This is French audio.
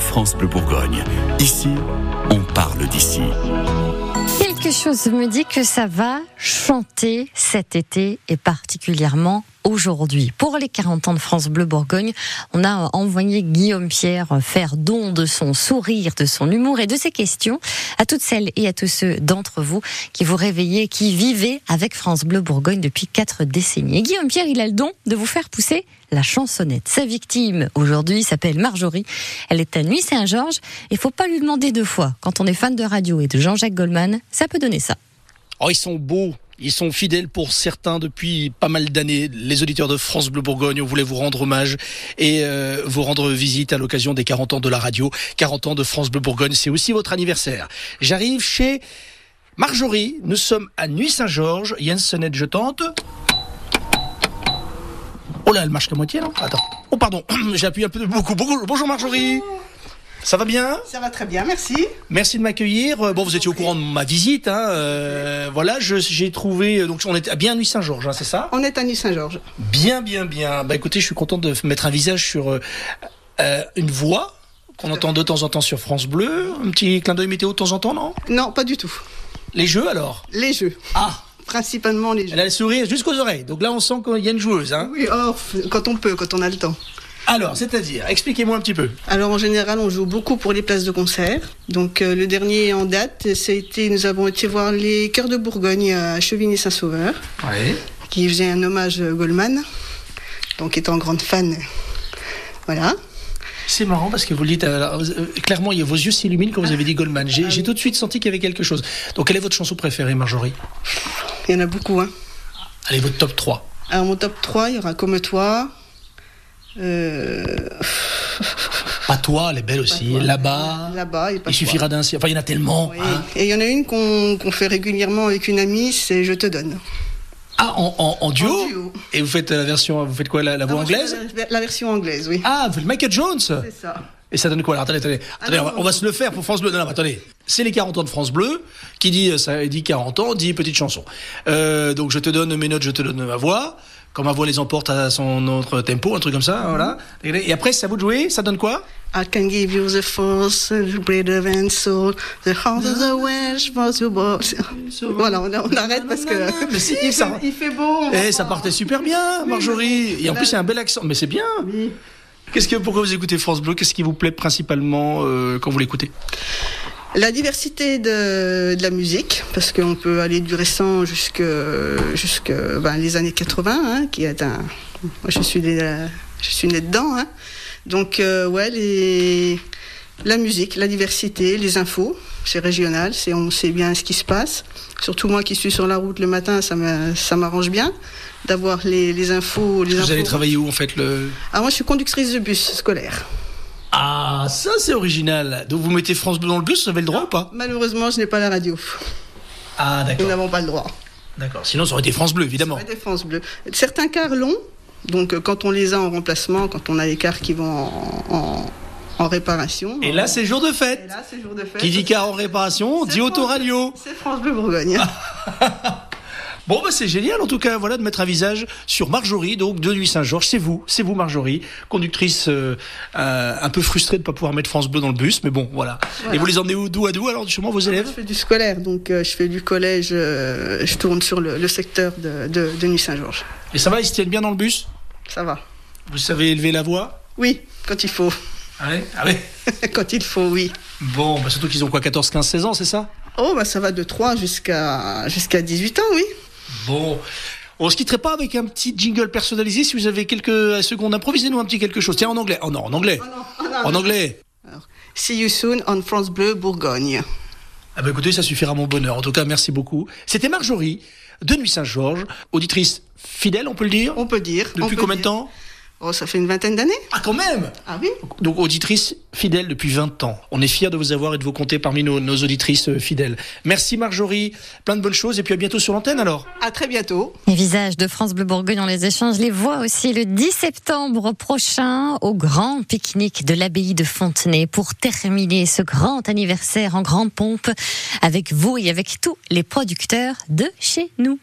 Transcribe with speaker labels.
Speaker 1: France Bleu Bourgogne. Ici, on parle d'ici.
Speaker 2: Quelque chose me dit que ça va chanter cet été et particulièrement aujourd'hui. Pour les 40 ans de France Bleu Bourgogne, on a envoyé Guillaume Pierre faire don de son sourire, de son humour et de ses questions à toutes celles et à tous ceux d'entre vous qui vous réveillez, qui vivez avec France Bleu Bourgogne depuis quatre décennies. Et Guillaume Pierre, il a le don de vous faire pousser la chansonnette. Sa victime aujourd'hui s'appelle Marjorie. Elle est à Nuit Saint-Georges et faut pas lui demander deux fois. Quand on est fan de radio et de Jean-Jacques Goldman, ça peut donner ça.
Speaker 3: Oh, ils sont beaux. Ils sont fidèles pour certains depuis pas mal d'années. Les auditeurs de France Bleu Bourgogne, on voulait vous rendre hommage et euh, vous rendre visite à l'occasion des 40 ans de la radio. 40 ans de France Bleu Bourgogne, c'est aussi votre anniversaire. J'arrive chez Marjorie. Nous sommes à Nuit Saint-Georges. Il y a une sonnette, je tente. Oh là, elle marche qu'à moitié, non Attends. Oh pardon, j'appuie un peu de beaucoup, beaucoup. Bonjour Marjorie. Ça va bien
Speaker 4: Ça va très bien, merci.
Speaker 3: Merci de m'accueillir. Euh, Bon, vous étiez au courant de ma visite. Hein. euh, voilà, je- j'ai trouvé. euh, Donc, on était à bien Nuit Saint-Georges, hein, c'est ça
Speaker 4: On est à Nuit Saint-Georges.
Speaker 3: Bien, bien, bien. Bah, écoutez, je suis content de mettre un visage sur euh, euh, une voix qu'on entend de temps en temps sur France Bleu. Un petit clin d'œil météo de temps en temps, non
Speaker 4: Non, pas du tout.
Speaker 3: Les jeux, alors
Speaker 4: Les jeux.
Speaker 3: Ah
Speaker 4: Principalement les
Speaker 3: Elle
Speaker 4: jeux.
Speaker 3: a le sourire jusqu'aux oreilles. Donc là, on sent qu'il y a une joueuse. Hein.
Speaker 4: Oui, oh, quand on peut, quand on a le temps.
Speaker 3: Alors, c'est-à-dire, expliquez-moi un petit peu.
Speaker 4: Alors en général, on joue beaucoup pour les places de concert. Donc euh, le dernier en date, c'était nous avons été voir les Cœurs de Bourgogne à Chevigny-Saint-Sauveur,
Speaker 3: Oui.
Speaker 4: qui faisait un hommage à Goldman, donc étant grande fan. Voilà.
Speaker 3: C'est marrant parce que vous le dites euh, euh, clairement, il y a- vos yeux s'illuminent quand vous avez dit Goldman. J'ai j'ai tout de suite senti qu'il y avait quelque chose. Donc, quelle est votre chanson préférée, Marjorie
Speaker 4: Il y en a beaucoup. Hein.
Speaker 3: Allez, votre top 3.
Speaker 4: Alors mon top 3, il y aura Comme toi. euh,
Speaker 3: Pas toi, elle est belle aussi. Là-bas.
Speaker 4: Là-bas,
Speaker 3: Ah.
Speaker 4: et pas
Speaker 3: Il
Speaker 4: toi.
Speaker 3: suffira d'un ciel. Enfin, il y en a tellement.
Speaker 4: Oui.
Speaker 3: hein.
Speaker 4: Et il y en a une qu'on qu'on fait régulièrement avec une amie, c'est Je te donne.
Speaker 3: Ah, en, en- en duo
Speaker 4: En duo.
Speaker 3: Et vous faites euh, la version, vous faites quoi, la, la voix
Speaker 4: Ah,
Speaker 3: anglaise
Speaker 4: la, la version anglaise, oui.
Speaker 3: Ah, vous faites Michael Jones
Speaker 4: C'est ça. Ah,
Speaker 3: Et ça donne quoi Alors, attendez, attendez. Attendez,
Speaker 4: non,
Speaker 3: on, va,
Speaker 4: non,
Speaker 3: on va
Speaker 4: non.
Speaker 3: se le faire pour France Bleu. Non, non, mais attendez. C'est les 40 ans de France Bleu qui dit, euh, ça dit 40 ans, dit petite chanson. Euh, donc, je te donne mes notes, je te donne ma voix. Quand ma voix les emporte à son autre tempo, un truc comme ça, voilà. Et après, c'est à vous de jouer, ça donne quoi
Speaker 4: I can give you the force, the bread of and soul, the heart of the Welsh, for the boss.
Speaker 3: Ah,
Speaker 4: Voilà, on, on arrête parce que.
Speaker 3: Mais si,
Speaker 4: il,
Speaker 3: ça-
Speaker 4: fait, il fait beau. on
Speaker 3: Eh,
Speaker 4: va
Speaker 3: ça
Speaker 4: pas-
Speaker 3: partait super bien, Marjorie. Et en plus, il y a un bel accent. Mais c'est bien. Qu'est-ce que pourquoi vous écoutez France Bleu Qu'est-ce qui vous plaît principalement euh, quand vous l'écoutez
Speaker 4: La diversité de, de la musique, parce qu'on peut aller du récent jusque jusque ben, les années 80, hein, qui est un. Moi, je suis née, là- je suis née dedans. hein. Donc, euh, ouais, les, la musique, la diversité, les infos, c'est régional, c'est on sait bien ce qui se passe. Surtout moi qui suis sur la route le matin, ça m'a- ça m'arrange bien d'avoir les, les infos. Les
Speaker 3: Vous allez
Speaker 4: infos.
Speaker 3: travailler où en fait le
Speaker 4: Ah, moi, je suis conductrice de bus scolaire.
Speaker 3: Ah, ça c'est original. Donc vous mettez France Bleu dans le bus, vous avez le droit ou pas
Speaker 4: Malheureusement, je n'ai pas la radio.
Speaker 3: Ah
Speaker 4: Nous
Speaker 3: d'accord,
Speaker 4: n'avons pas le droit.
Speaker 3: d'accord. Sinon ça aurait été France Bleu évidemment.
Speaker 4: La défense bleue. Certains cars longs, donc euh, quand on les a en remplacement, quand on a les cars qui vont en, en- en réparation.
Speaker 3: Et là c'est jour de
Speaker 4: Et
Speaker 3: fête.
Speaker 4: là, c'est jour de fête.
Speaker 3: Qui dit car en réparation
Speaker 4: C'est
Speaker 3: dit
Speaker 4: France-
Speaker 3: autoradio.
Speaker 4: C'est France Bleu Bourgogne.
Speaker 3: Ah. Bon bah c'est génial en tout cas voilà de mettre un visage sur Marjorie donc de Nuit Saint-Georges c'est vous c'est vous Marjorie conductrice euh, euh, un peu frustrée de pas pouvoir mettre France Bleu dans le bus mais bon voilà, et vous les emmenez où d'où à d'où alors justement vos élèves
Speaker 4: je fais du scolaire, donc euh, je fais du collège, euh, je tourne sur le, le secteur de, de, de Nuit-Saint-Georges.
Speaker 3: et ça va ils se tiennent bien dans le bus
Speaker 4: Ça va.
Speaker 3: vous savez élever la voix
Speaker 4: Oui, quand il faut.
Speaker 3: ouais ah ouais
Speaker 4: quand il faut, oui.
Speaker 3: bon bah surtout qu'ils ont quoi 14 15 16 ans c'est ça
Speaker 4: Oh, bah ça va de 3 jusqu'à jusqu'à 18 ans, oui.
Speaker 3: bon on se quitterait pas avec un petit jingle personnalisé si vous avez quelques euh, secondes improvisez-nous un petit quelque chose tiens en anglais oh non en anglais en anglais
Speaker 4: See you soon on France Bleu Bourgogne.
Speaker 3: Ah bah écoutez, ça suffira à mon bonheur. En tout cas, merci beaucoup. C'était Marjorie de Nuit Saint-Georges, auditrice fidèle, on peut le dire.
Speaker 4: On peut dire. on
Speaker 3: Depuis
Speaker 4: peut
Speaker 3: combien de
Speaker 4: dire.
Speaker 3: temps
Speaker 4: Oh, ça fait une vingtaine d'années.
Speaker 3: Ah quand même
Speaker 4: Ah oui
Speaker 3: Donc auditrice fidèle depuis 20 ans. On est fiers de vous avoir et de vous compter parmi nos, nos auditrices euh, fidèles. Merci Marjorie, plein de bonnes choses et puis à bientôt sur l'antenne alors.
Speaker 4: À très bientôt.
Speaker 2: Les visages de France Bleu Bourgogne, on les échange, les voit aussi le 10 septembre prochain au grand pique-nique de l'abbaye de Fontenay pour terminer ce grand anniversaire en grande pompe avec vous et avec tous les producteurs de chez nous.